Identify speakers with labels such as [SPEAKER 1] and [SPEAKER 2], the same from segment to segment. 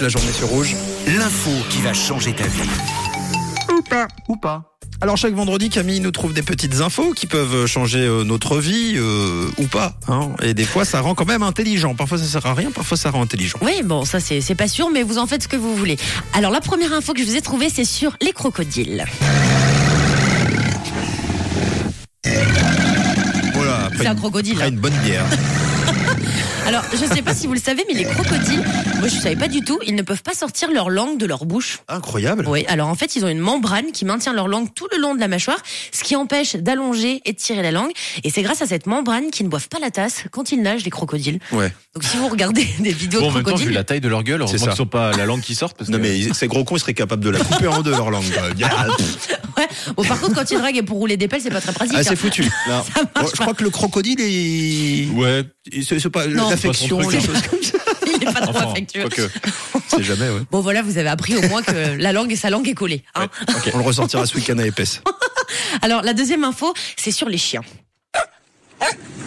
[SPEAKER 1] la journée sur Rouge.
[SPEAKER 2] L'info qui va changer ta vie.
[SPEAKER 1] Ou pas.
[SPEAKER 2] Ou pas.
[SPEAKER 1] Alors chaque vendredi, Camille nous trouve des petites infos qui peuvent changer euh, notre vie euh, ou pas. hein. Et des fois, ça rend quand même intelligent. Parfois, ça sert à rien. Parfois, ça rend intelligent.
[SPEAKER 3] Oui, bon, ça c'est c'est pas sûr, mais vous en faites ce que vous voulez. Alors la première info que je vous ai trouvée, c'est sur les crocodiles.
[SPEAKER 1] Voilà. après
[SPEAKER 3] C'est un
[SPEAKER 1] une-
[SPEAKER 3] crocodile,
[SPEAKER 1] après
[SPEAKER 3] hein.
[SPEAKER 1] une bonne bière.
[SPEAKER 3] Alors, je sais pas si vous le savez, mais les crocodiles, moi je savais pas du tout, ils ne peuvent pas sortir leur langue de leur bouche.
[SPEAKER 1] Incroyable.
[SPEAKER 3] Oui, alors en fait, ils ont une membrane qui maintient leur langue tout le long de la mâchoire, ce qui empêche d'allonger et de tirer la langue. Et c'est grâce à cette membrane qu'ils ne boivent pas la tasse quand ils nagent, les crocodiles.
[SPEAKER 1] Ouais.
[SPEAKER 3] Donc si vous regardez des vidéos
[SPEAKER 4] Bon, en
[SPEAKER 3] de
[SPEAKER 4] même temps, vu
[SPEAKER 3] crocodiles,
[SPEAKER 4] la taille de leur gueule,
[SPEAKER 1] C'est
[SPEAKER 4] heureusement
[SPEAKER 1] ça.
[SPEAKER 4] qu'ils sont pas la langue qui sort. Parce que...
[SPEAKER 1] Non mais ils- ces gros cons ils seraient capables de la couper en deux leur langue. Ah, quoi.
[SPEAKER 3] Ah,
[SPEAKER 1] Bien.
[SPEAKER 3] ouais. Bon, par contre, quand ils draguent et pour rouler des pelles, c'est pas très pratique.
[SPEAKER 1] Ah, c'est
[SPEAKER 3] hein.
[SPEAKER 1] foutu. Non. Bon, je crois que le crocodile est.
[SPEAKER 4] Ouais,
[SPEAKER 1] C'est c'est pas
[SPEAKER 3] Non.
[SPEAKER 1] l'affection,
[SPEAKER 4] Pas son
[SPEAKER 1] les
[SPEAKER 4] truc,
[SPEAKER 1] choses comme ça.
[SPEAKER 3] Il est pas trop
[SPEAKER 4] enfin,
[SPEAKER 3] hein. affectueux.
[SPEAKER 4] quoique.
[SPEAKER 1] C'est jamais, ouais.
[SPEAKER 3] Bon voilà, vous avez appris au moins que la langue et sa langue est collée. hein.
[SPEAKER 1] On le ressortira ce week-end à épaisse.
[SPEAKER 3] Alors la deuxième info, c'est sur les chiens.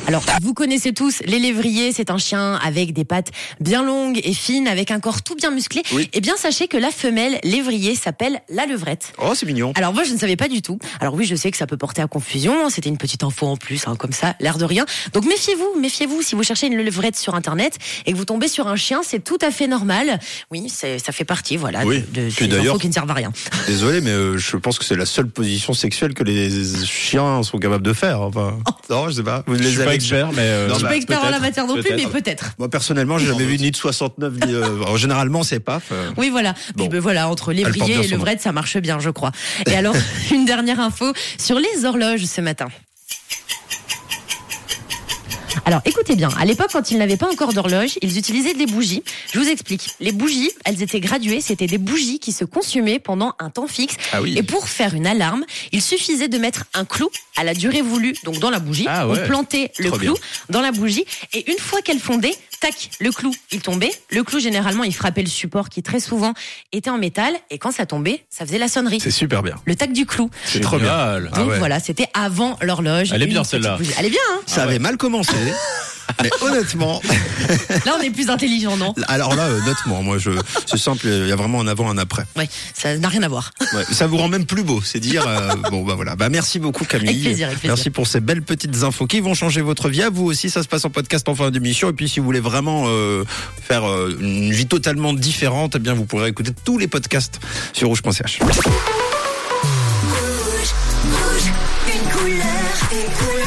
[SPEAKER 3] Alors, vous connaissez tous les lévriers, c'est un chien avec des pattes bien longues et fines, avec un corps tout bien musclé.
[SPEAKER 1] Oui.
[SPEAKER 3] Eh bien, sachez que la femelle lévrier s'appelle la levrette.
[SPEAKER 1] Oh, c'est mignon.
[SPEAKER 3] Alors moi je ne savais pas du tout. Alors oui je sais que ça peut porter à confusion, hein, c'était une petite info en plus, hein, comme ça, l'air de rien. Donc méfiez-vous, méfiez-vous si vous cherchez une levrette sur internet et que vous tombez sur un chien, c'est tout à fait normal. Oui, c'est- ça fait partie, voilà,
[SPEAKER 1] Oui.
[SPEAKER 3] de, de
[SPEAKER 1] Puis
[SPEAKER 3] ces
[SPEAKER 1] d'ailleurs-
[SPEAKER 3] infos qui ne servent à rien.
[SPEAKER 1] Désolé, mais euh, je pense que c'est la seule position sexuelle que les chiens sont capables de faire. hein. Enfin, non, je sais pas. Vous
[SPEAKER 4] je
[SPEAKER 1] les
[SPEAKER 4] suis
[SPEAKER 1] avez-
[SPEAKER 4] pas expert, mais. euh,
[SPEAKER 1] Non,
[SPEAKER 3] je suis
[SPEAKER 1] bah,
[SPEAKER 3] pas expert en la
[SPEAKER 4] peut-être,
[SPEAKER 3] matière non plus, mais
[SPEAKER 4] peut-être.
[SPEAKER 3] peut-être.
[SPEAKER 1] Moi, personnellement, j'ai jamais vu ni de 69, ni. euh, alors, généralement, c'est paf. euh.
[SPEAKER 3] Oui, voilà.
[SPEAKER 1] Bon.
[SPEAKER 3] Puis, ben, voilà, entre
[SPEAKER 1] porte bien
[SPEAKER 3] l'évrier et
[SPEAKER 1] son
[SPEAKER 3] le
[SPEAKER 1] nom.
[SPEAKER 3] vrai, ça marche bien, je crois. Et alors, une dernière info sur les horloges ce matin. Alors, écoutez bien. À l'époque, quand ils n'avaient pas encore d'horloge, ils utilisaient des bougies. Je vous explique. Les bougies, elles étaient graduées. C'était des bougies qui se consumaient pendant un temps fixe.
[SPEAKER 1] Ah oui.
[SPEAKER 3] Et pour faire une alarme, il suffisait de mettre un clou à la durée voulue, donc dans la bougie.
[SPEAKER 4] Ah ouais.
[SPEAKER 3] On plantait le
[SPEAKER 1] Trop
[SPEAKER 3] clou
[SPEAKER 1] bien.
[SPEAKER 3] dans la bougie. Et une fois qu'elle fondait, tac, le clou, il tombait. Le clou, généralement, il frappait le support qui très souvent était en métal. Et quand ça tombait, ça faisait la sonnerie.
[SPEAKER 1] C'est super bien.
[SPEAKER 3] Le tac du clou.
[SPEAKER 4] C'est
[SPEAKER 1] trop bien.
[SPEAKER 4] génial.
[SPEAKER 1] Ah
[SPEAKER 3] Donc
[SPEAKER 1] ouais.
[SPEAKER 3] voilà, c'était avant l'horloge.
[SPEAKER 4] Elle est
[SPEAKER 3] Une
[SPEAKER 4] bien,
[SPEAKER 3] petite
[SPEAKER 4] celle-là.
[SPEAKER 3] bougie. Elle est bien, hein
[SPEAKER 1] Ça avait mal commencé. Mais honnêtement,
[SPEAKER 3] Là, on est plus intelligent, non
[SPEAKER 1] alors là, honnêtement, moi, je, c'est simple, il y a vraiment un avant, un après.
[SPEAKER 3] Ouais, ça n'a rien à voir.
[SPEAKER 1] Ouais, ça vous rend même plus beau, c'est dire. euh, bon, bah voilà. Bah, merci beaucoup, Camille.
[SPEAKER 3] Avec plaisir, avec plaisir.
[SPEAKER 1] Merci pour ces belles petites infos qui vont changer votre vie. À vous aussi, ça se passe en podcast en fin d'émission. Et puis, si vous voulez vraiment euh, faire euh, une vie totalement différente, eh bien, vous pourrez écouter tous les podcasts sur rouge.ch.
[SPEAKER 5] Rouge, rouge, une couleur, une couleur.